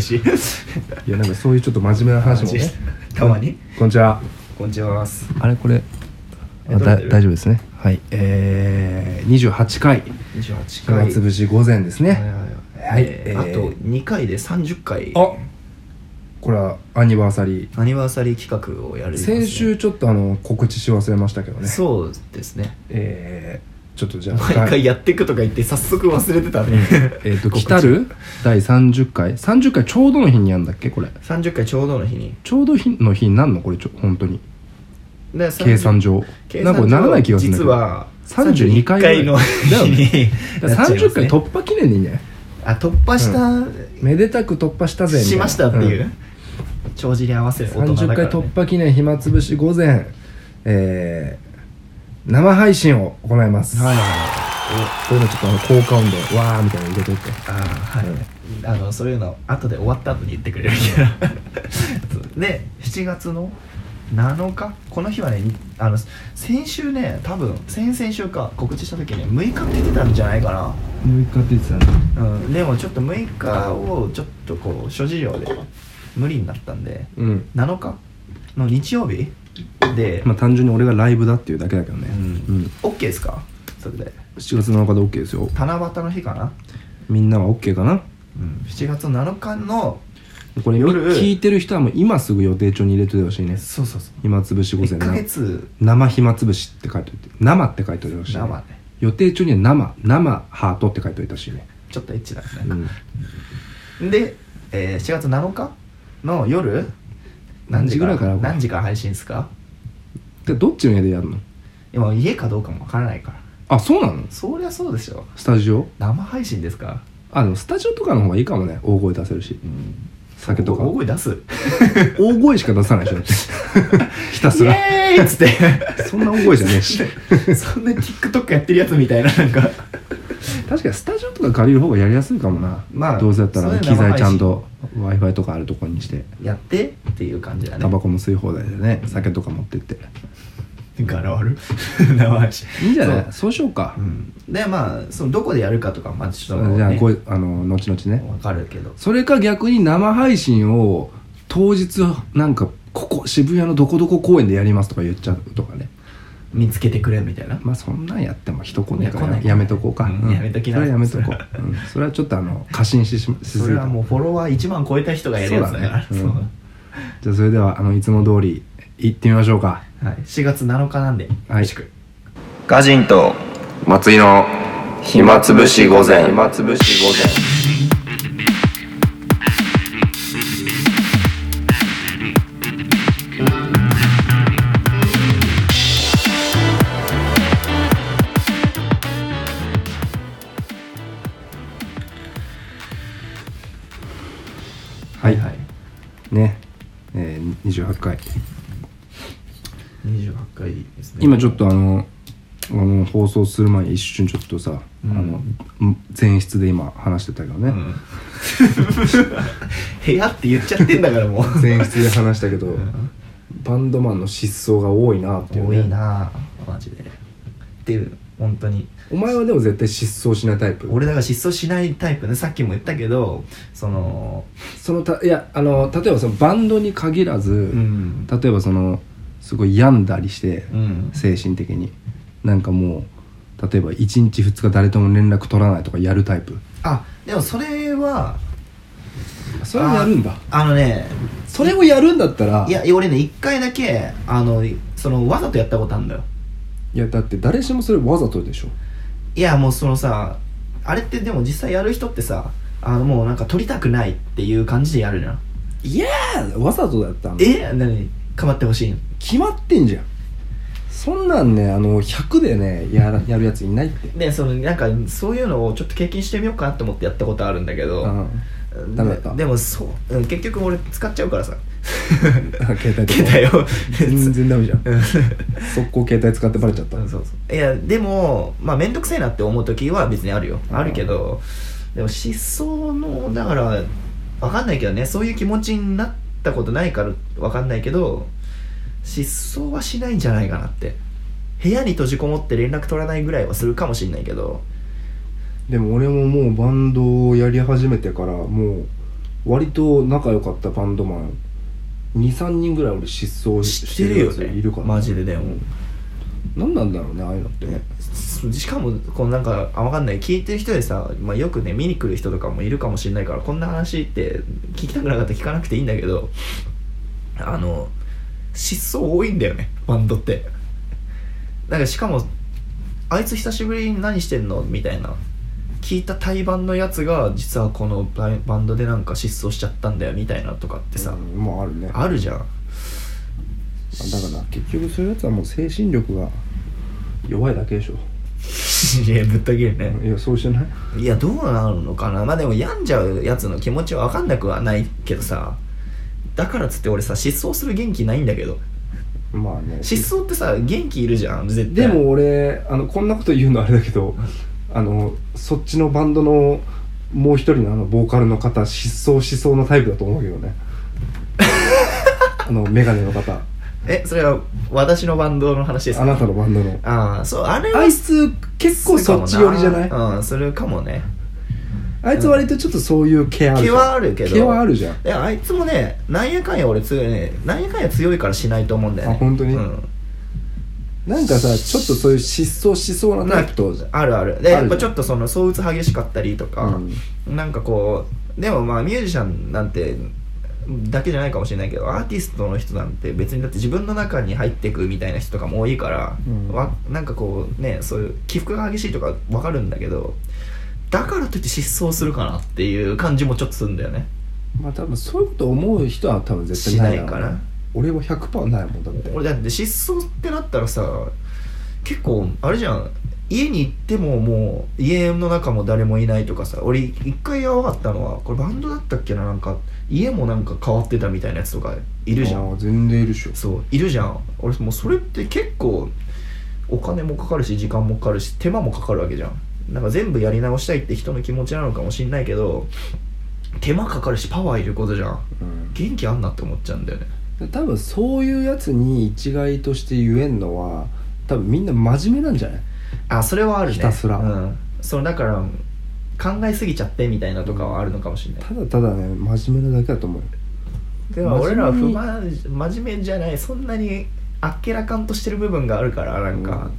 しいやなんかそういうちょっと真面目な話もねたまにこんにちはこんにちはすあれこれえあどれだどれ大丈夫ですねはいえー、28回28暇回つぶし午前ですね、はいはいはいはいえーえーあと2回で30回あこれはアニバーサリー、アニバーサリー企画をやる、先週ちょっとあの告知し忘れましたけどねそうですねえー、ちょっとじゃあ毎回やっていくとか言って早速忘れてたね えっ、と 告知来たる第30回30回ちょうどの日にやるんだっけこれ30回ちょうどの日にちょうど日の日になんのこれちょ本当にで計算上計算なんかこれならない気がするんだけ実どは32回回の日に だかなっちゃいまら30回すね突破記念でいいんじゃないあ突破した、めでたく突破したぜみたいしなましたっていう、ん帳尻合わせる大人だ30から、回ね、突破記念暇つぶし午前えー、生配信を行いますはいはいこういうのちょっとあの効果音でわーみたいなの入れといてあはい、うんあのそういうの後で終わった後に言ってくれるけ どで7月の7日この日はねにあの先週ね多分先々週か告知した時ね6日って出てたんじゃないか6日って言ってたねな、うん、でもちょっと6日をちょっとこう諸事情で無理になったんでうん7日の日曜日で、まあ単純に俺がライブだっていうだけだけどねううんん、 OK ですかそれで7月7日で OK ですよ七夕の日かな、みんなは OK かなうん、7月7日のこれ夜聞いてる人はもう今すぐ予定帳に入れといてほしいねそうそうそう暇つぶし午前1ヶな月生暇つぶしって書いておいて生って書いておいてほしい、ね、生ね予定帳には生生ハートって書いておいてほしいね、ちょっとエッチだね、うん、で、えー、7月7日の夜何時ぐらいから何時から配信ですかでどっちの家でやるの今家かどうかもわからないからあそうなのそりゃそうでしょスタジオ生配信ですか、あのスタジオとかの方がいいかもね大声出せるしうん、酒とか大声出す大声しか出さないでしょ だってひたすイらエーイっつ っそんな大声じゃねえして そんな TikTok やってるやつみたいななんか確かにスタジオとか借りる方がやりやすいかもな、まあどうせだったそうらいう機生配信材ちゃんと w i f i とかあるとこにしてやってっていう感じだねタバコも吸い放題でね酒とか持ってって柄悪 生配信いいんじゃないそそううしようか、うん、でまあそのどこでやるかとかまあちょっと、ね、じゃあこうあの後々ね、分かるけどそれか逆に生配信を当日なんかここ渋谷のどこどこ公園でやりますとか言っちゃうとかね見つけてくれみたいなまあそんなんやっても人来ねえかいや来ならいやめとこうか、うんやめときなそれはやめとこう、うん、それはちょっとあの過信しししすぎそれはたもうフォロワー1万超えた人がやるやつだからそうだねうそんうじゃあそれではあのいつも通り行ってみましょうかはい、4月7日なんでよはいろしく、ガジンと松井の暇つぶし午前暇つぶし午前はい、はい、ね、えー、28回28回ですね今ちょっとあのあの放送する前に一瞬ちょっとさ、うんあの前室で今話してたけどね、うん 部屋って言っちゃってんだから もう前室で話した けど、んバンドマンの失踪が多いなっていう、多ね、いなぁマジでっていう本当にお前はでも絶対失踪しないタイプ俺だから失踪しないタイプねさっきも言ったけどそのそのたいやあの例えばそのバンドに限らず、ん例えばそのすごい病んだりして、うん精神的になんかもう例えば1日2日誰とも連絡取らないとかやるタイプあでもそれはそれをやるんだあのねそれをやるんだったらいや俺ね一回だけあのそのわざとやったことあるんだよいやだって誰しもそれわざとでしょいやもうそのさあれってでも実際やる人ってさあのもうなんか撮りたくないっていう感じでやるじゃんいやーわざとだったのえ何かまってほしいの決まってんじゃんそんなんねあの100でねやらやるやついないってでそのなんかそういうのをちょっと経験してみようかなと思ってやったことあるんだけど、うんうんダメだったででもそううん結局俺使っちゃうからさ携帯とか携帯 を全然ダメじゃんうん速攻携帯使ってバレちゃったうんそうそういやでもまあ面倒くせえなって思う時は別にあるようんあるけどでも失踪のだから分かんないけどねそういう気持ちになったことないから分かんないけど失踪はしないんじゃないかなって部屋に閉じこもって連絡取らないぐらいはするかもしんないけどでも俺ももうバンドをやり始めてからもう割と仲良かったバンドマン23人ぐらい俺失踪し知ってるよしてねやついるからマジでねうん何なんだろうねああいうのってねしかもこのなんかあわかんない聞いてる人でさ、まあ、よくね見に来る人とかもいるかもしれないからこんな話って聞きたくなかったら聞かなくていいんだけどあの失踪多いんだよねバンドってなんかしかも「あいつ久しぶりに何してんの?」みたいな聞いた対バンのやつが実はこのババンドでなんか失踪しちゃったんだよみたいなとかってさ、うんもうあるねだかあるじゃん ら結局そういうやつはもう精神力が弱いだけでしょいやぶった切るね、いやそうじゃないいやどうなるのかなまあでも病んじゃうやつの気持ちは分かんなくはないけどさだからっつって俺さ失踪する元気ないんだけどまあね失踪ってさ元気いるじゃん絶で対も俺あのこんなこと言うのあれだけどあのそっちのバンドのもう一人のあのボーカルの方失踪しそうなタイプだと思うけど ねあのメガネの方えそれは私のバンドの話ですあなたのバンドのああそうあれはあいつ結構そっち寄りじゃないうんそれかもねあいつ割とちょっとそういう毛あるじゃん毛はあるけど毛はあるじゃんいやあいつもねなんやかんや俺強いねなんやかんや強いからしないと思うんだよねあ本当にうんなんかさちょっとそういう失踪しそうなタイプとあるあるであるやっぱちょっとその相打つ激しかったりとか、なんかこうでもまあミュージシャンなんてだけじゃないかもしれないけどアーティストの人なんて別にだって自分の中に入っていくみたいな人とかも多いから、うんわなんかこうねそういう起伏が激しいとかわかるんだけどだからといって失踪するかなっていう感じもちょっとするんだよねまあ多分そういうこと思う人は多分絶対ないだろうしないから俺は100%ないもんだって俺だって失踪ってなったらさ結構あれじゃん家に行ってももう家の中も誰もいないとかさ俺一回やばかったのはこれバンドだったっけななんか家もなんか変わってたみたいなやつとかいるじゃあんー全然いるっしょそういるじゃん俺もうそれって結構お金もかかるし時間もかかるし手間もかかるわけじゃんなんか全部やり直したいって人の気持ちなのかもしんないけど手間かかるしパワーいることじゃんうん元気あんなって思っちゃうんだよね多分そういうやつに一概として言えんのは多分みんな真面目なんじゃないあそれはあるねひたすらうん、そのだから考えすぎちゃってみたいなとかはあるのかもしれないただただね真面目なだけだと思うよでも俺らは不真面満真面目じゃないそんなにあっけらかんとしてる部分があるからなんか、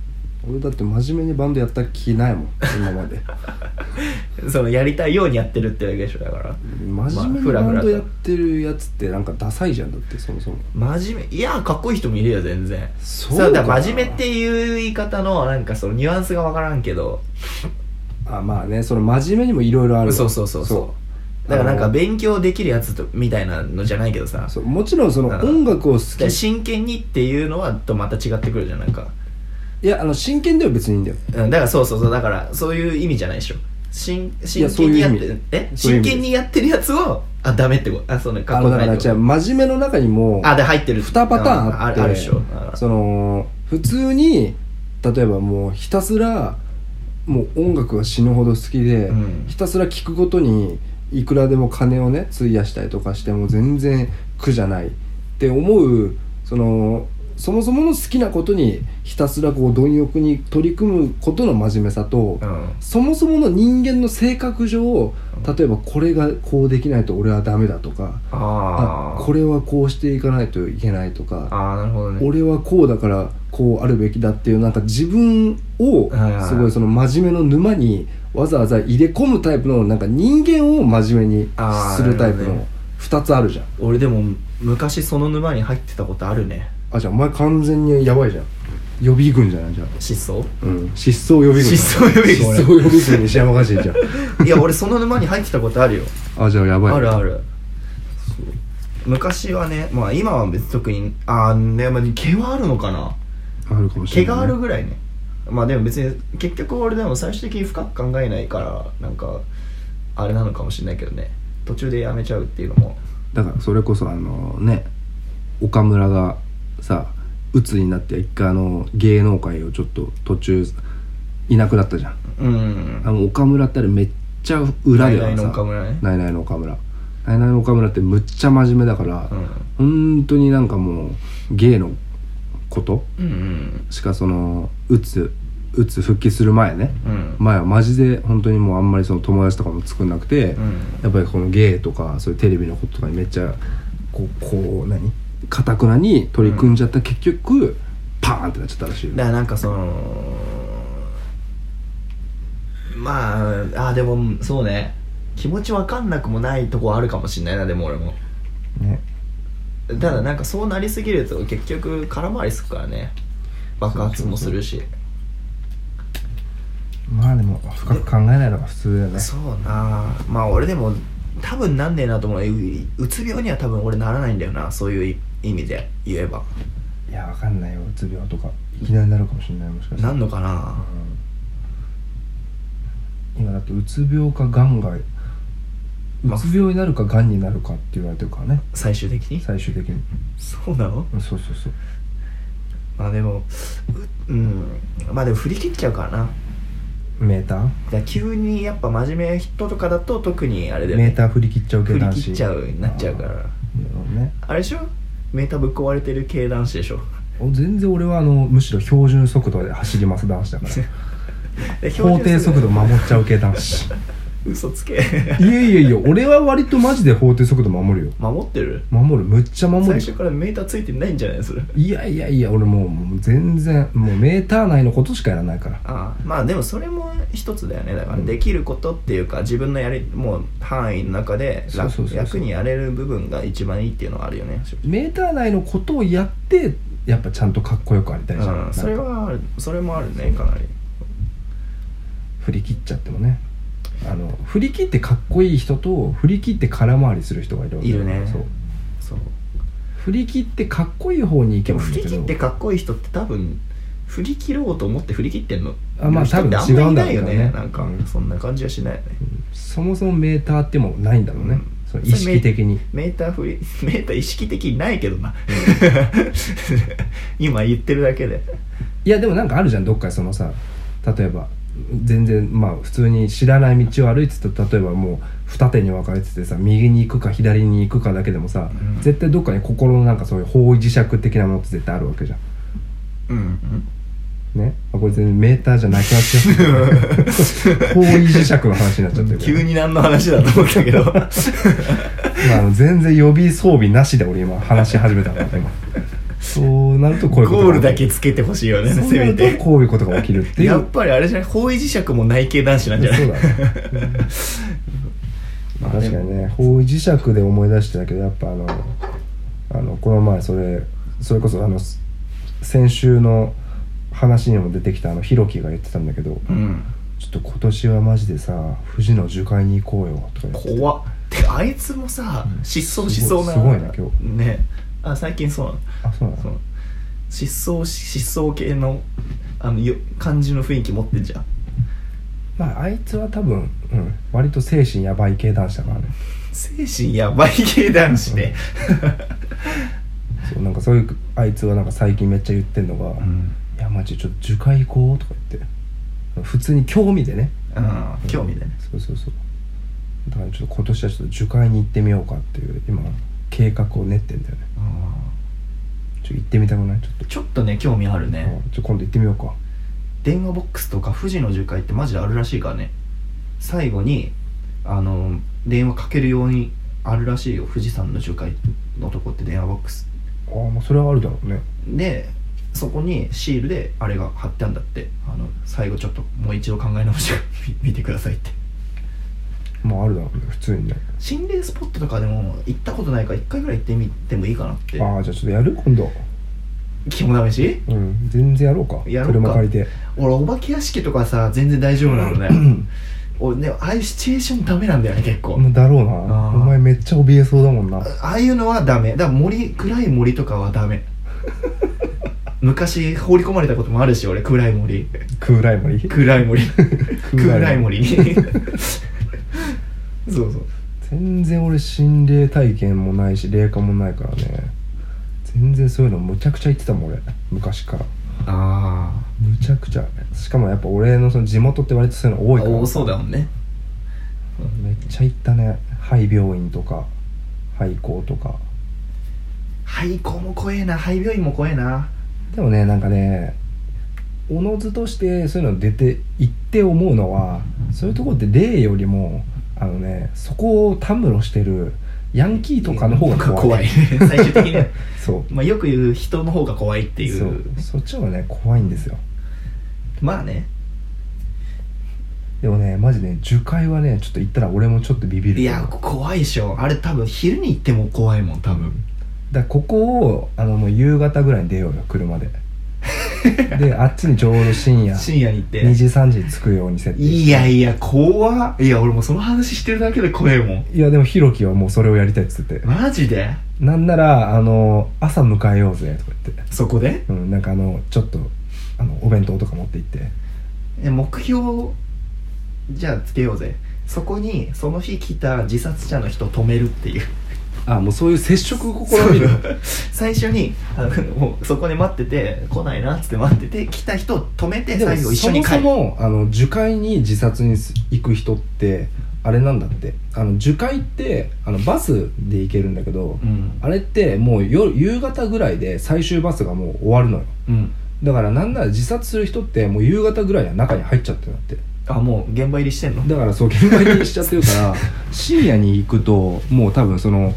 俺だって真面目にバンドやった気ないもん今まで そのやりたいようにやってるってだけでしょだから真面目にフラバフンラドとやってるやつってなんかダサいじゃんだってそもそも真面目いやかっこいい人もいるよ全然そそうだから真面目っていう言い方のなんかそのニュアンスが分からんけどあまあねその真面目にもいろいろあるそうそうそうそうだからなんか勉強できるやつとみたいなのじゃないけどさそうもちろんそのうん音楽を好きで真剣にっていうのはとまた違ってくるじゃんなんかいやあの真剣では別にいいんだようん、だからそうそうそうだからそういう意味じゃないでしょ真真そ剣ういうに意やっ味てえそうい真う意味剣にやってるやつをあダメってことあそのかあっこのよくだかないらってじこゃあ真面目の中にもとあで入ってる2パターンああってあるでしょあその普通に例えばもうひたすらもう音楽が死ぬほど好きで、うんひたすら聴くことにいくらでも金をね費やしたりとかしても全然苦じゃないって思うそのそもそもの好きなことにひたすらこう貪欲に取り組むことの真面目さと、うんそもそもの人間の性格上例えばこれがこうできないと俺はダメだとかああーこれはこうしていかないといけないとかあーなるほどね俺はこうだからこうあるべきだっていうなんか自分をはいはいすごいその真面目の沼にわざわざ入れ込むタイプのなんか人間を真面目にあーするタイプなるほどのね2つあるじゃん俺でも昔その沼に入ってたことあるねあじゃあお前完全にやばいじゃん予備軍じゃないじゃん失踪うん失踪予備軍失踪予備軍失踪予備軍西山家臣じゃんい や俺その沼に入ってたことあるよあじゃあやばいあるある昔はねまあ今は別に特にああねまあ毛はあるのかなあるかもし毛れないがねあるぐらいねまあでも別に結局俺でも最終的に深く考えないからなんかあれなのかもしれないけどね途中でやめちゃうっていうのもだからそれこそあのね岡村がさ鬱になって一回あの芸能界をちょっと途中いなくなったじゃんうんあの岡村ってあれめっちゃ裏ではナイナさイの岡村ねナイナイの岡村ナイナイの岡村ってむっちゃ真面目だから、うん本当になんかもう芸のことうんうんしかその鬱うつ復帰する前ねうん前はマジで本当にもうあんまりその友達とかも作んなくて、うんやっぱりこの芸とかそういうテレビのこととかにめっちゃこうこう何かたくなに取り組んじゃった、結局パーンってなっちゃったらしいよだからなんかそのまああーでもそうね気持ちわかんなくもないとこあるかもしんないなでも俺もねただなんかそうなりすぎると結局空回りするからね爆発もするしまあでも深く考えないのが普通だよねそうなあまあ俺でも多分なんねえなと思うううつ病には多分俺ならないんだよなそういう意意味で言えばいやわかんないようつ病とかいきなりなるかもしれないもしかしてなんのかなうん今だってうつ病かがんがうまあつ病になるかがんになるかって言われてるからね最終的に最終的にそうなのうんそうそうそうまあでもううんまあでも振り切っちゃうからなメーターだから急にやっぱ真面目な人とかだと特にあれだよメーねター振り切っちゃう系振り男子切っちゃうになっちゃうからあーあなるほどねれでしょメータぶっ壊れてる系男子でしょお全然俺はあのむしろ標準速度で走ります男子だから で法定速度守っちゃう系男 子嘘つけいやいやいや俺は割とマジで法定速度守るよ守ってる守るむっちゃ守最る初からメーターついてないんじゃないそれいやいやいや俺もうもう全然もうメーター内のことしかやらないからああまあでもそれも一つだよねだからうんできることっていうか自分のやりもう範囲の中で楽そうそうそうそう楽にやれる部分が一番いいっていうのはあるよねメーター内のことをやってやっぱちゃんとかっこよくありたいじゃん,、うんそれはあるそれもあるねかなり振り切っちゃってもねあの振り切ってかっこいい人と振り切って空回りする人がいるわけだからいるねそうそう振り切ってかっこいい方に行でけもばいいん振だりけど切ってかっこいい人って多分振り切ろうと思って振り切ってんのあまあ人って多分違うんだあまろうりいけよどねねなんかうんそんな感じはしないよねそもそもメーターってもうないんだろうね、うんその意識的にメーター振りメーター意識的にないけどな 今言ってるだけでいやでもなんかあるじゃんどっかにそのさ例えば全然まあ普通に知らない道を歩いてた例えばもう二手に分かれててさ右に行くか左に行くかだけでもさ、うん絶対どっかに心のなんかそういう方位磁石的なものって絶対あるわけじゃんうんうんね、あこれ全然メーターじゃなくなっち ゃった方位磁石の話になっちゃってるけど急に何の話だと思ったけ どまああの、全然予備装備なしで俺今話し始めたから今そうなるとこういうことゴールだが起けつけてほしいよねきるそうせなめるとてこういうことが起きるっていうやっぱりあれじゃない方位磁石も内系男子なんじゃないそうだね、まあ確かにね方位磁石で思い出してたけどやっぱあのあのこの前それそれこそあのす先週の話にも出てきたあのひろきが言ってたんだけど、うんちょっと今年はマジでさ富士の樹海に行こうよとか言ってて怖っであいつもさうん失踪しそうなすごいすごいねねあ最近そうなのあそうなそのの失踪し失踪系のあのよ感じの雰囲気持ってんじゃんまああいつは多分、うん、割と精神やばい系男子だからね精神やばい系男子で、そうなんかそういうあいつはなんか最近めっちゃ言ってんのが「 うんいやマジちょっと樹海行こう」とか言って普通に興味でねうん、興味でねそうそうそうだからちょっと今年はちょっと樹海に行ってみようかっていう今計画を練ってんだよねちょっと行ってみたくないちょっと、ちょっとね興味あるあねちょっと今度行ってみようか電話ボックスとか富士の樹海ってマジであるらしいからね最後にあの電話かけるようにあるらしいよ富士山の樹海のとこって電話ボックスああまあそれはあるだろうねでそこにシールであれが貼ってあんだってあの最後ちょっともう一度考え直してみ見てくださいってまああるだろうね普通にね心霊スポットとかでも行ったことないから一回ぐらい行ってみてもいいかなってああじゃあちょっとやる今度肝試しうん全然やろうかやろうか車借りて俺お化け屋敷とかさ全然大丈夫なの ね俺ねああいうシチュエーションダメなんだよね結構もうだろうなあーお前めっちゃ怯えそうだもんなああいうのはダメだから森暗い森とかはダメ昔放り込まれたこともあるし俺暗い森クーライマリー暗い森暗い森暗い森にそうそう全然俺心霊体験もないし霊感もないからね全然そういうのむちゃくちゃ言ってたもん俺昔からあむちゃくちゃしかもやっぱ俺のその地元って割とそういうの多いから多そうだもんねめっちゃ行ったね廃病院とか廃校とか廃校も怖えな廃病院も怖えなでもねなんかねおのずとしてそういうの出ていって思うのはそういうところって例よりもあのねそこをたむろしてるヤンキーとかの方が怖い最終的に は、そうまあ、よく言う人の方が怖いっていそううそっちの方がね怖いんですよまあねでもねマジね樹海はねちょっと行ったら俺もちょっとビビるいや怖いでしょあれ多分昼に行っても怖いもん多分だからここをあのもう夕方ぐらいに出ようよ車 でであっちにちょうど深夜深夜に行って2時3時に着くように設定していやいや怖っいや俺もうその話してるだけで怖いもんいやでもひろきはもうそれをやりたいっつっててマジでなんならあの朝迎えようぜとか言って、そこでうん、なんかあのちょっとあのお弁当とか持って行ってえ目標をじゃあつけようぜそこにその日来た自殺者の人止めるっていうあもうそういう接触をそう最初にあのもうそこで待ってて来ないなっつって待ってて来た人を止めてでも最後一緒に帰そるもそもあの樹海に自殺にす行く人ってあれなんだってあの樹海ってあのバスで行けるんだけど、うんあれってもう夜夕方ぐらいで最終バスがもう終わるのようんだからなんなら自殺する人ってもう夕方ぐらいは中に入っちゃってるんだってあもう現場入りしてんのだからそう現場入りしちゃってるから 深夜に行くともう多分その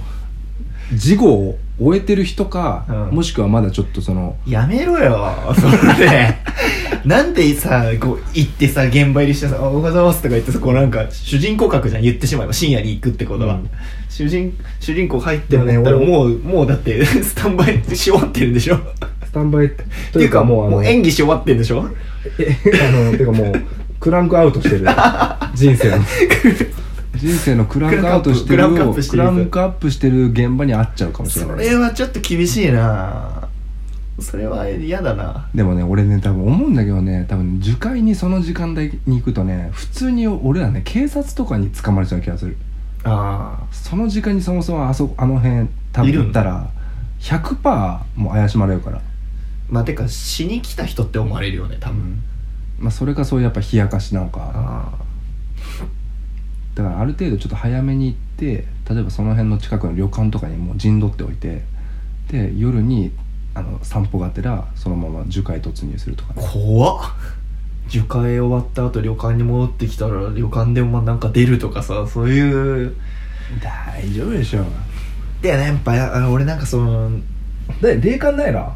事後を終えてる人か、うんもしくはまだちょっとそのやめろよそれでなんでさこう行ってさ現場入りしてさ「おはようございます」とか言ってさこうなんか主人公格じゃん言ってしまえば深夜に行くってことは、うん主人主人公入ってるんだったでらもねもうもうだってスタンバイし終わってるんでし ょっスタンバイていうかもうもあのう演技し終わってるんでしょえ あのてかもうクランクアウト してる人生の 人生のクランクアウトしクてるランクアップしてクるランクアップしてる現場に会っちゃうかもしれそないれはちょっと厳しいなそれは嫌だなでもね俺ね多分思うんだけどね多分樹海にその時間帯に行くとね普通に俺らね警察とかに捕まれちゃう気がするあその時間にそもそもあそこあの辺多いる分ん行ったら100%もう怪しまれるから、まあてかしに来た人って思われるよね多分、まあ、それかそういうやっぱ冷やかしなのかああだからある程度ちょっと早めに行って例えばその辺の近くの旅館とかにもう陣取っておいてで夜にあの散歩がてらそのまま樹海突入するとかね怖っ樹海終わった後旅館に戻ってきたら旅館でもなんか出るとかさそういう大丈夫でしょでねやっぱあの俺なんかそので霊感ないな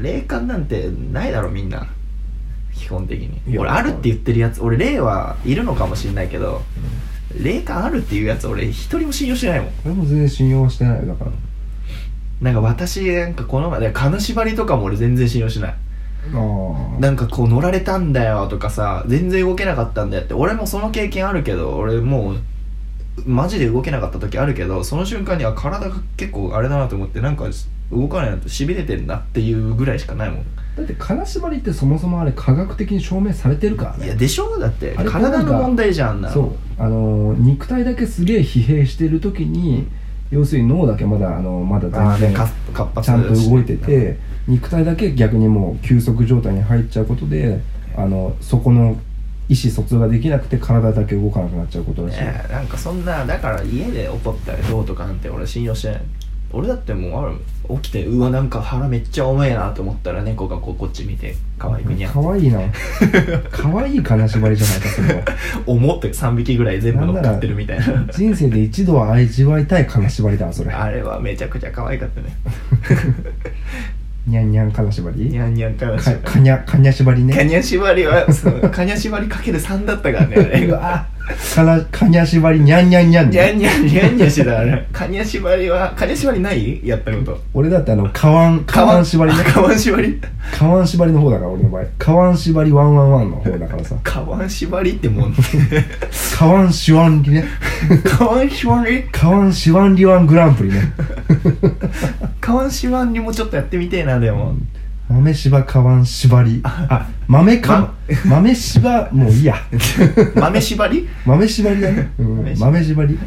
霊感なんてないだろみんな基本的にいや俺あるって言ってるやつ俺霊はいるのかもしんないけど、霊感あるっていうやつ俺一人も信用してないもん俺も全然信用してないよだからなんか私なんかこの前だから金縛りとかも俺全然信用しないあなんかこう乗られたんだよとかさ全然動けなかったんだよって俺もその経験あるけど俺もうマジで動けなかった時あるけどその瞬間にあ体が結構あれだなと思ってなんか動かないなとしびれてんなっていうぐらいしかないもんだって金縛りってそもそもあれ科学的に証明されてるからいねやでしょだってあれ体の問題じゃんあんなのそうあのー肉体だけすげえ疲弊してる時に要するに脳だけまだあのーまあだあ全ね然か活発ちゃんと動いてて肉体だけ逆にもう休息状態に入っちゃうことであのそこの意思疎通ができなくて体だけ動かなくなっちゃうことらしい、ねえなんかそんなだから家で怒ったりどうとかなんて俺信用してない俺だってもうある起きてうわなんか腹めっちゃ重いなと思ったら猫がこうこっち見て可愛くにゃかわい いなかわいい金縛りじゃないかそれは重って3匹ぐらい全部乗っかってるみたいな人生で一度は味わいたい金縛りだわそれあれはめちゃくちゃ可愛かったねにゃんにゃん金縛りにゃんにゃんからしかかにゃかにゃ縛りねカニャ縛りはそ のカニャ縛りかける3だったからねあれうわからかにゃ縛りにゃんにゃんにゃんにゃねんにゃんにゃんにゃんしてたあれ カニャ縛りはカニャ縛りないやったこと俺だってあのかわんかわん縛 りねあかわん縛りかわん縛りの方だから俺の場合かわん縛りワンワンワンの方だからさかわん縛りっても んかわんしわんりねかわん縛りかわんしわんりワングランプリねかわん縛りもちょっとやってみてえなでも豆しばかわん縛りあ豆か豆しばもう いいや豆縛り豆縛りだね、うん、豆縛り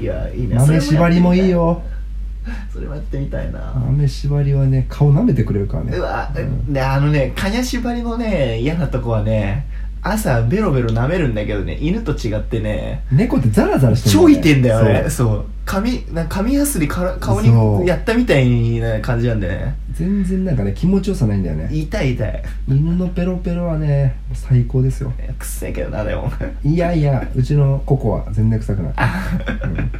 いやいいね豆縛りもいいよそれもやってみたいな豆縛りはね顔舐めてくれるからねうわ、であのねカニャ縛りのね嫌なとこはね朝ベロベロ舐めるんだけどね犬と違ってね猫ってザラザラしてるちょいてんだよねねそう髪なんか髪やすりから顔そうにやったみたいな感じなんでね全然なんかね気持ちよさないんだよね痛い痛い犬のペロペロはね最高ですよいやくっせえけどなで もいやいやうちのココは全然臭くない、うん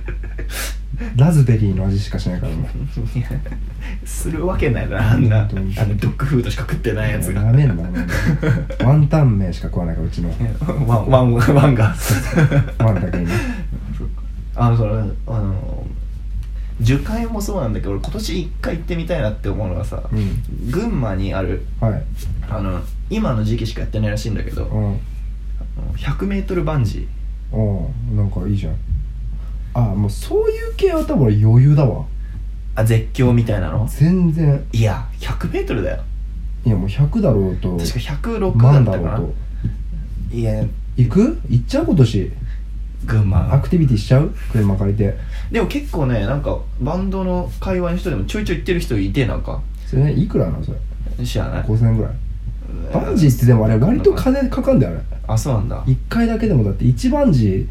ラズベリーの味しかしないからねいやするわけないなあんなあ本当にのドッグフードしか食ってないやつがなめんなめん なワンタン麺しか食わないからうちのいや ワンワンワンが ワンだけにね あのそのあの樹海もそうなんだけど俺今年一回行ってみたいなって思うのがさ、うん群馬にあるはいあの今の時期しかやってないらしいんだけど、うんあの 100m バンジおうなんかいいじゃんあもうそういう系は多分俺余裕だわーあ絶叫みたいなの全然いや 100m だよいやもう100だろうと確か106だ万っただかなろうといや行く行っちゃう今年群ア馬クティビティしちゃう車借りてでも結構ねなんかバンドの界隈の人でもちょいちょい行ってる人いてなんかそれねいくらなのそれ知らない5000円ぐらいバンジーってでもあれ割と金かかんだよあれあそうなんだ1回だけでもだって1バンジー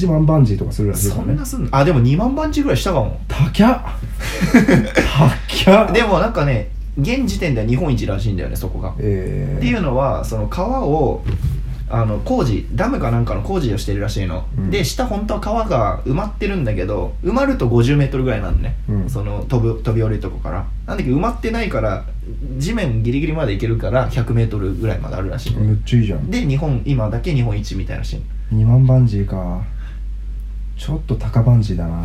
8万バンジーとかするらしいかそらんねなすんのあでも2万バンジぐらいしたかもたきゃた きゃでもなんかね現時点では日本一らしいんだよねそこがっえー、ていうのはその川をあの工事ダムかなんかの工事をしてるらしいの、うんで下本当は川が埋まってるんだけど埋まると 50m ぐらいなんね、うんその飛ぶ飛び降りるとこからなんだけど埋まってないから地面ギリギリまで行けるから 100m ぐらいまであるらしいの、めっちゃいいじゃんで日本今だけ日本一みたいなシーン2万バンジーかちょっと高バンジーだな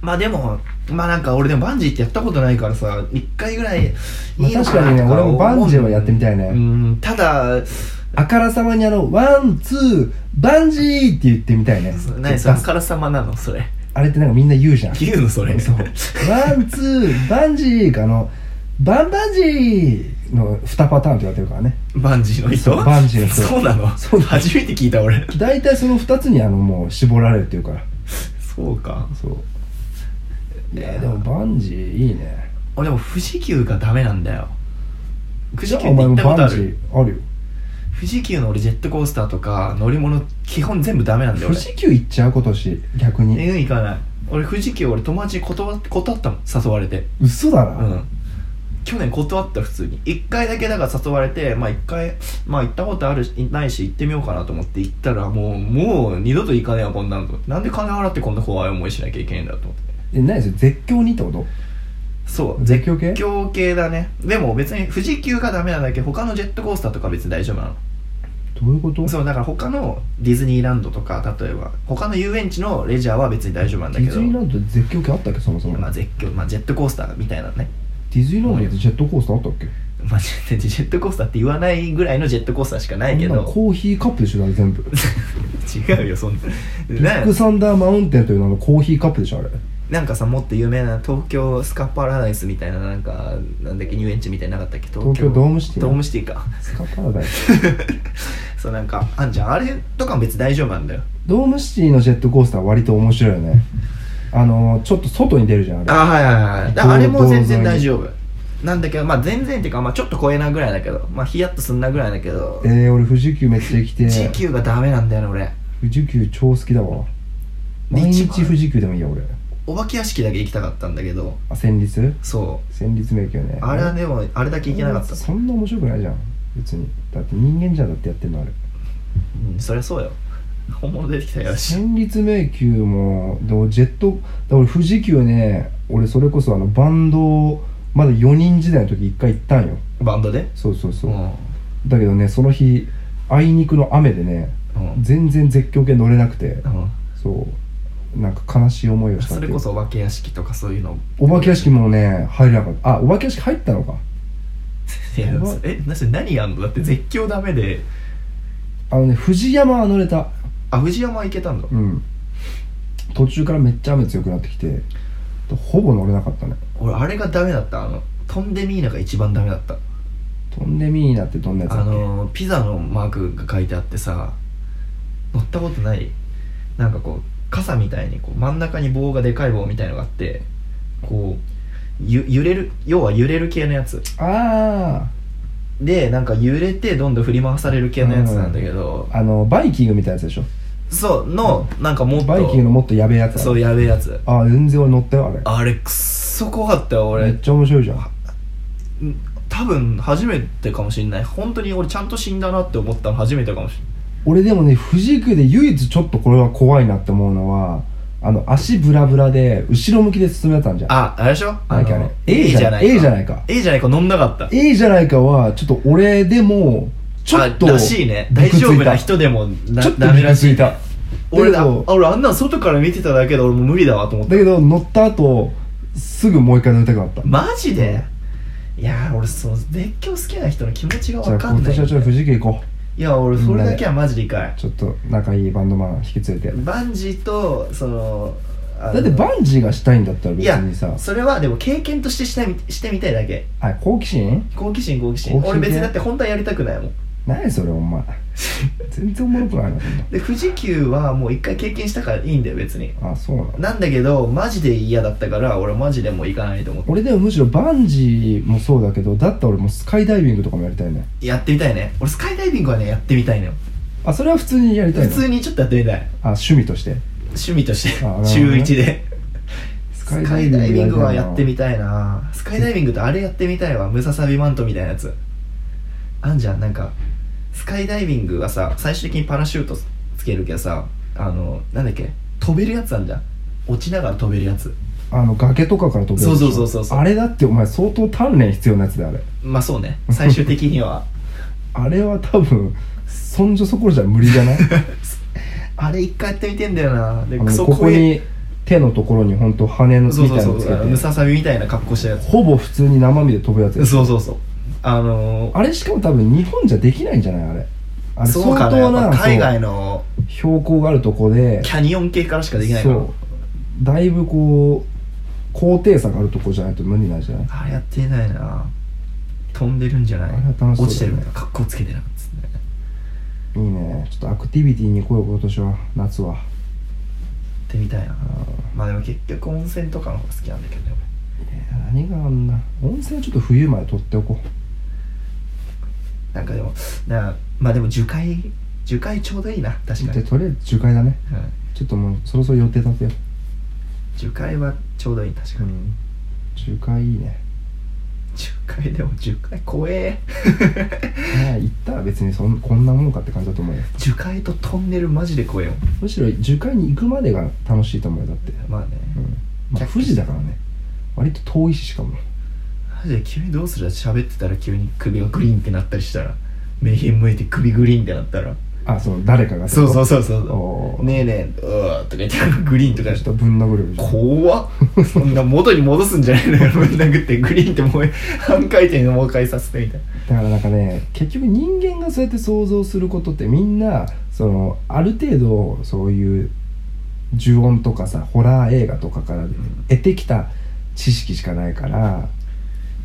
まあでもまあなんか俺でもバンジーってやったことないからさ一回ぐらいいまあいの確かかになねとか俺もバンジーはやってみたいねうんただあからさまにあのワンツーバンジーって言ってみたいね何そ出れあすからさまなのそれあれってなんかみんな言 うじゃん言うのそれそうワンツーバンジーかあのバンバンジーの2パターンって言われてるからねバンジーの人そうバンジーの人そうなのそうなの初めて聞いた俺大体その2つにあのもう絞られるっていうからそうかそういいややでもバンジーいいね俺でも富士急がダメなんだよ富じ士ゃあ急おって前行もったことバあンジるーあるよ富士急の俺ジェットコースターとか乗り物基本全部ダメなんだよ富俺士急行っちゃう今年逆にえ行かない俺富士急俺友達に断断ったもん誘われて嘘だな、うん去年断った普通に1回だけだから誘われてまあ1回まあ行ったことあるしないし行ってみようかなと思って行ったらもうもう二度と行かねえわこんなのとなんで金払ってこんな怖い思いしなきゃいけないんだと思ってえ何それ絶叫にってことそう絶叫系絶叫系だねでも別に富士急がダメなだけ他のジェットコースターとか別に大丈夫などういうことのデそうだから他のディズニーランドとか例えば他の遊園地のレジャーは別に大丈夫なんだけィどズニーランドで絶叫系あったっけそもそも、まあ絶叫、まあ、ジェットコースターみたいなねディズニーランドでジェットコースターあったっけまあ、ジェジェットコースターって言わないぐらいのジェットコースターしかないけそんなのどコーヒーカップでしょあ れ全部ビ違うよそんなッグなサンダーマウンテンという名のコーヒーカップ でしょあれなんかさもっと有名な東京スカパラダイスみたいななんかなんだっけ遊園地みたいななかったっけ東東京ドームシティドームシティか スカパラダイスそうなんかあんじゃんあれとかも別に大丈夫なんだよドームシティのジェットコースターは割と面白いよねあのちょっと外に出るじゃんあれあはいはいはいはいだからあれも道全然道沿大いに丈夫なんだけどまあ全然っていうか、まあ、ちょっと超えなぐらいだけどまあヒヤッとすんなぐらいだけどえー、俺富士急めっちゃ来て時給がダメなんだよね俺富士急超好きだわで毎一日番富士急でもいいや俺お化け屋敷だけ行きたかったんだけどあ戦慄そ戦慄迷宮ねうあれはでもあれだけ行けなかったそんな面白くないじゃん別にだって人間じゃんだってやってんのあれうんそりゃそうよ本物出てきたよし戦慄迷宮もでもジェットだから俺富士急ね俺それこそあのバンドまだ4人時代の時一回行ったんよバンドでそうそうそう、んだけどねその日あいにくの雨でねうん全然絶叫系乗れなくてうんそうなんか悲しい思いをしたっそていれうこそお化け屋敷とかそういうのお化け屋敷もね入れなかったあお化け屋敷入ったのかいやおばえなし何やんのだって絶叫ダメであのね藤山は乗れたあ藤山行けたんだうん途中からめっちゃ雨強くなってきてほぼ乗れなかったね俺あれがダメだったあの飛んでみーなが一番ダメだった飛んでみーなってどんなやつだあっけ、のーピザのマークが書いてあってさ乗ったことないなんかこう傘みたいにこう真ん中に棒がでかい棒みたいのがあってこうゆ揺れる要は揺れる系のやつあでなんか揺れてどんどん振り回される系のやつなんだけど、ああのバイキングみたいなやつでしょそうのなんかもっとバイキングのもっとやべえやつそうやべえやつああ全然俺乗ったよああれくっそ怖かったよれめ俺っちゃ面白いじゃんん多分初めてかもしんない本当に俺ちゃんと死んだなって思ったの初めてかもしんない俺でもね藤井君で唯一ちょっとこれは怖いなって思うのはあの足ブラブラで後ろ向きで進めたんじゃんああれでしょなんかあれの A じゃない A じゃいないか A じゃないか飲んなかった A じゃないかはちょっと俺でもちょっとあらしいね大丈夫な人でもなちょっとダメらつしいいた俺だだけど俺あんなん外から見てただけで俺もう無理だわと思ってだけど乗った後すぐもう一回乗りたくなったマジでいやー俺その絶叫好きな人の気持ちがじゃ分あかん今ない年はちょっと藤井君行こいや俺それだけはマジでいかいうちょっと仲いいバンドマン引き連れてバンジーとそのあのだってバンジーがしたいんだったらい別やにさそれはでも経験としてしたみしてみたいだけあ好奇心好奇心好奇好心奇心俺別にだって本当はやりたくないもん何それお 前全然おもろくないなそんで富士急はもう一回経験したからいいんだよ別になあそうなのなんだけどマジで嫌だったから俺マジでもう行かないと思って俺でもむしろバンジーもそうだけどだったら俺もうスカイダイビングとかもやりたいねやってみたいね俺スカイダイビングはねやってみたいのよあそれは普通にやりたい普の通にちょっとやってみたいあ趣味として趣味としてあなるほどね週1でススカイダイビングはやってみたいなスカイダイビングってあれやってみたいわムササビマントみたいなやつあんじゃんなんかスカイダイビングはさ最終的にパラシュートつけるけどさあのなんだっけ飛べるやつあんじゃん落ちながら飛べるやつあの崖とかから飛べるそうそうそうそうそうあれだってお前相当鍛錬必要なやつだよあれまあそう ね最終的にはあれは多分そんじょそこらじゃ無理じゃないあれ一回やってみてんだよなであのクソここ怖えに手のところに本当羽のみそうそうたいそのつけうムてササビみたいな格好したやつほぼ普通に生身で飛ぶやつそうそうそうあのーあれしかも多分日本じゃできないんじゃないあれあれそうか相なやっ当なぱ海外のの標高があるとこでキャニオン系からしかできないかそらうだいぶこう高低差があるとこじゃないと無理なんじゃないあれやってないな飛んでるんじゃないあれは楽しそうだね落ちてるね格好つけてなかったですねいいねちょっとアクティビティに来よう今年は夏は行ってみたいなあまあでも結局温泉とかの方が好きなんだけどねーいや何があんな温泉はちょっと冬まで取っておこう俺なんかでもなまあでも樹海樹海ちょうどいいな確かに、でうん、とりあえず樹海だねちょっともうそろそろ予定立てよ樹海はちょうどいい確う、かうに、ん、樹海いいね樹海でも樹海怖 えね行ったら別にそんこんなもんかって感じだと思うよ樹海とトンネルマジで怖えよむしろ樹海に行くまでが楽しいと思うよだって、まあねうんまあ、着地富士だからね割と遠いししかもマジで急にどうする喋ってたら急に首がグリーンってなったりしたら目線向いて首グリーンってなったらあその誰かがそうそううそうそおーうねえねえうーとか言ってグリーンとかちょっしてとぶん殴るよ怖っそんな元に戻すんじゃないのよ殴ってグリーンってもう半回転でもう一回させてみたいだからなんかね結局人間がそうやって想像することってみんなそのある程度そういう呪音とかさホラー映画とかから得てきた知識しかないから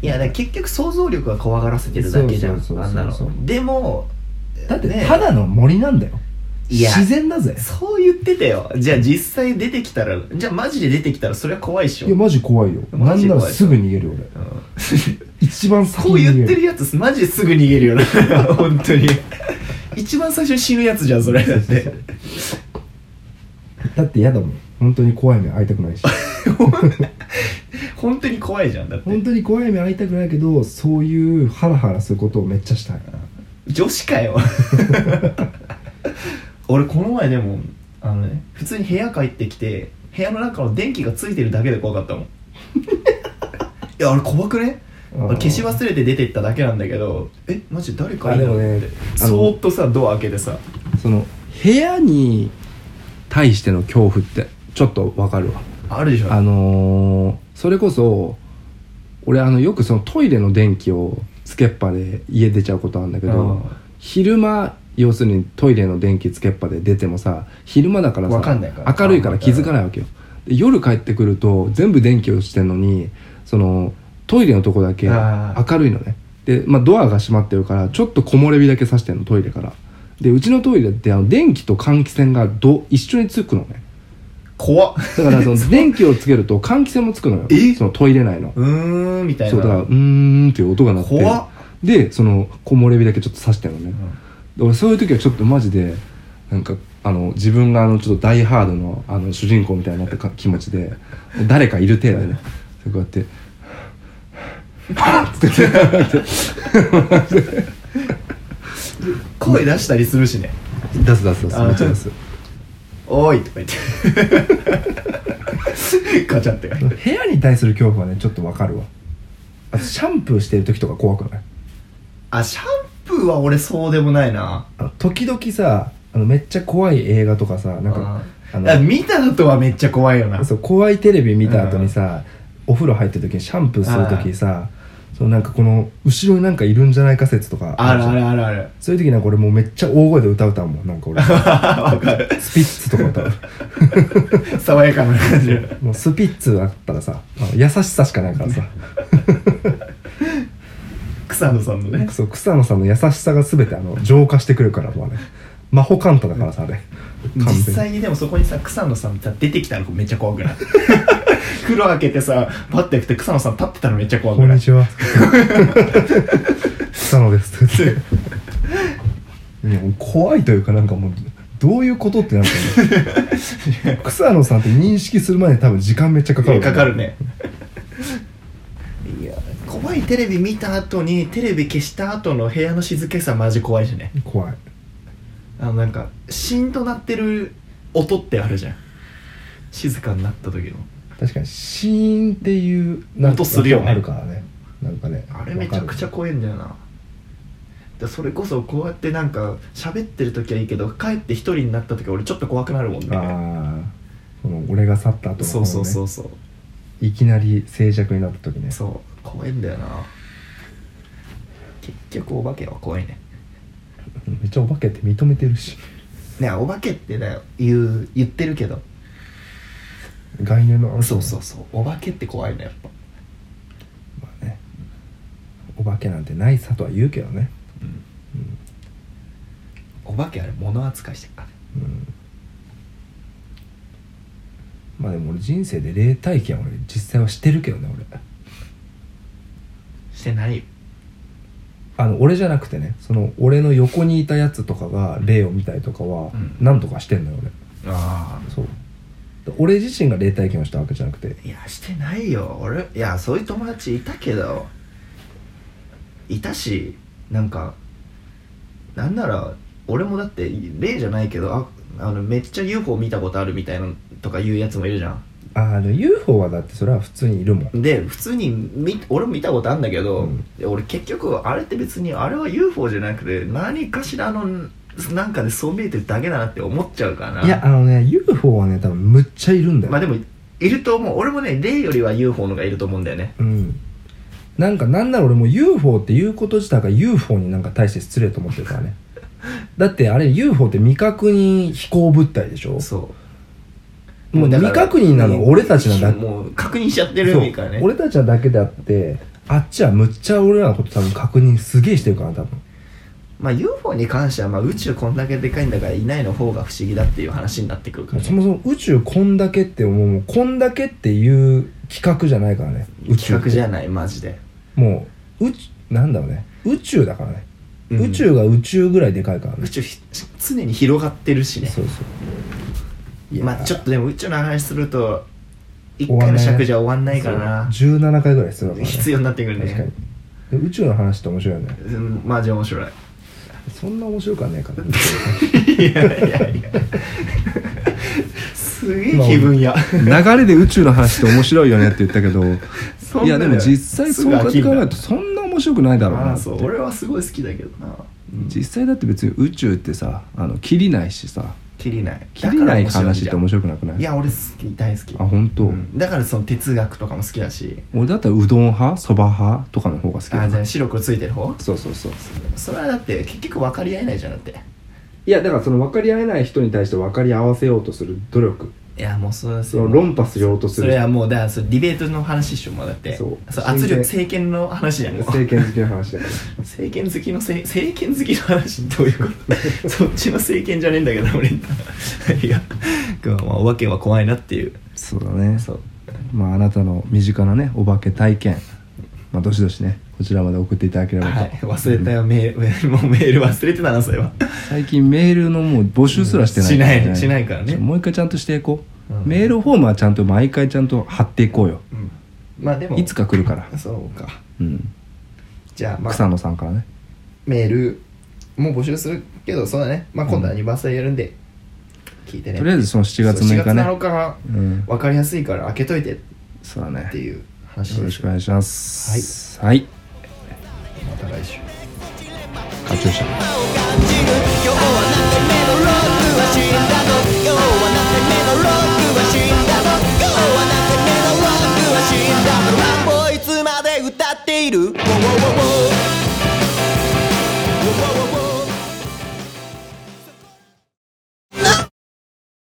いやだから結局想像力が怖がらせてるだけじゃんそうそうそうそうあんなのでもだってねえただの森なんだよ、いや自然だぜそう言ってたよじゃあ実際出てきたらじゃあマジで出てきたらそれは怖いっしょいやマジ怖いよなマんジな怖いらすぐ逃げるよ俺うん一番先こにう逃げ言るってるやつマジですぐ逃げるよ な本当に一番最初に死ぬやつじゃんそれだってだって嫌だもん本当に怖い目会いたく ないし本当に怖いじゃんだって本当に怖い目会いたくないけどそういうハラハラすることをめっちゃしたい女子かよ 俺この前でもあのね普通に部屋帰ってきて部屋の中の電気がついてるだけで怖か ったもんいやあれ怖くねあー俺消し忘れて出てっただけなんだけどえマジ誰かいるのあでもっねてあのそーっとさドア開けてさその部屋に対しての恐怖ってちょっとわかるわあるでしょあのーそれこそ俺あのよくそのトイレの電気をつけっぱで家出ちゃうことあるんだけど、うん昼間要するにトイレの電気つけっぱで出てもさ昼間だからさわかんないから明るいから気づかないわけよで夜帰ってくると全部電気をしてんのにそのトイレのとこだけあー明るいのねで、まあ、ドアが閉まってるからちょっと木漏れ日だけさしてんのトイレからでうちのトイレってあの電気と換気扇がど一緒につくのね 怖っだか らその電気をつけると換気扇もつくのよえそのトイレ内のうーんみたいなそうだからうーんっていう音が鳴って怖っでその木漏れ日だけちょっとさしてんのねうん俺そういう時はちょっとマジでなんかあの自分があのちょっと「ダイ・ハードの」あの主人公みたいになったか気持ちで誰かいる程度でねこうやって「はっ!」って言って声出したりするしね出す出す出すあめっちゃ出す「おーい」とか言 ってカチャって部屋に対する恐怖はねちょっとわかるわあとシャンプーしてる時とか怖くないあシャンプーは俺そうでもないなあの時々さあのめっちゃ怖い映画とかさなんかああの見た後はめっちゃ怖いよなそう怖いテレビ見た後にさ、お風呂入った時にシャンプーする時にさそのなんかこの後ろになんかいるんじゃないか説とかあるるじゃんあるあるあるそういう時なんか俺もうめっちゃ大声で歌歌うもんなんか俺 わかるスピッツとか歌う爽やかな感じもうスピッツだったらさあの優しさしかないからさ 草野さんのねそう草野さんの優しさが全てあの浄化してくるからもうあれ魔法カンタだからさあれ実際にでもそこにさ草野さんって出てきたらめっちゃ怖 くない黒開けてさパッてやって草野さん立ってたらめっちゃ怖こくんなにいちは 草野ですって言っていやもう怖いというかなんかもうどういうことってなるからね草野さんって認識する前に多分時間めっちゃかかるかかるね いや怖いテレビ見た後にテレビ消した後の部屋の静けさマジ怖いしね怖いあのなんかシーンとなってる音ってあるじゃん静かになった時の確かにシーンっていうなんか音するよねあるからねなんかねあれめちゃくちゃわか怖いんだよなでそれこそこうやってなんか喋ってる時はいいけど帰って一人になった時俺ちょっと怖くなるもんるねああこの俺が去った後のそうそうそううそういきなり静寂になった時ねそう怖いんだよな結局お化けは怖いねめっちゃお化けって認めてるしねお化けってだよ言う言ってるけど概念のあるそうそうそうお化けって怖いねやっぱ、まあねお化けなんてないさとは言うけどねうん、うんお化けあれ物扱いしてるからねうんまあでも俺人生で霊体験は俺実際はしてるけどね俺してないよあの俺じゃなくてねその俺の横にいたやつとかが霊を見たりとかはうんなんとかしてんのよあ俺そうで俺自身が霊体験をしたわけじゃなくていやしてないよ俺いやそういう友達いたけどいたしなんかなんなら俺もだって例じゃないけどああのめっちゃ UFO 見たことあるみたいなのとか言うやつもいるじゃんあの UFO はだってそれは普通にいるもんで普通に見俺も見たことあるんだけど、うんで俺結局あれって別にあれは UFO じゃなくて何かしらのなんかでそう見えてるだけだなって思っちゃうからないやあのね UFO はね多分むっちゃいるんだよ、まあでもいると思う俺もね例よりは UFO のがいると思うんだよねうんなんかなんなら俺もう UFO っていうこと自体が UFO になんか対して失礼と思ってるか らねだってあれ UFO って未確認飛行物体でしょそうもうだから未確認なの俺たちなんだもう確認しちゃってるそうみたいなね俺たちはだけであってあっちはむっちゃ俺らのこと多分確認すげえしてるから多分まあ UFO に関してはまあ宇宙こんだけでかいんだからいないの方が不思議だっていう話になってくるから、そもそも宇宙こんだけってもうもうこんだけっていう企画じゃないからね宇宙企っ画てじゃないマジでもう宇宙なんだろうね宇宙だからね、うん宇宙が宇宙ぐらいでかいからね宇宙ひ常に広がってるしねそうそういやまあちょっとでも宇宙の話すると一終わ回んのないね尺じゃ終わんないからなそう17回ぐらい必要だから、ね、必要になってくる確かねにで宇宙の話って面白いよねうんマジ面白いそんな面白くはねえからねいやいやいや すげえ気分や 流れで宇宙の話って面白いよねって言ったけどそんないやでも実際そうやって考えるとそんな面白くないだろうあなあってそう俺はすごい好きだけどな実際だって別に宇宙ってさあの切りないしさ切りない切りないだから話って面白白くなくないいじゃんいや俺好き大好きあ本当、うんだからその哲学とかも好きだし俺だったらうどん派そば派とかの方が好きだあなじゃあ白くついてる方そうそうそうそれはだって結局分かり合えないじゃんだっていやだからその分かり合えない人に対して分かり合わせようとする努力いやもうそれはその論破しようとすそるれはもうだからそれディベートの話でしょもうだってそう圧力政政権の話じゃんもう政権好きな話だよね 政権好きのせい政権好きの話どういうこと そっちの政権じゃねえんだけど俺 いやまあお化けは怖いなっていうそうだねそうまああなたの身近なねお化け体験まあどしどしねこちらまで送っていただければと、はい、忘れたよ、メールもうメール忘れてたなそれは最近メールのもう募集すらしてないうんしないしないからねもう一回ちゃんとしていこう、うんメールフォームはちゃんと毎回ちゃんと貼っていこうようんまあでもいつか来るから、そうかうんじゃあまあ草野さんからねメールも募集するけどそうだね、まあ、今度は2番祭やるんで、聞いてねとりあえずその7月そう6日ね7日がうん分かりやすいから開けといてっそうだねていう話よでろすしくお願いしますはい、はい、また来週課長者感じる今日は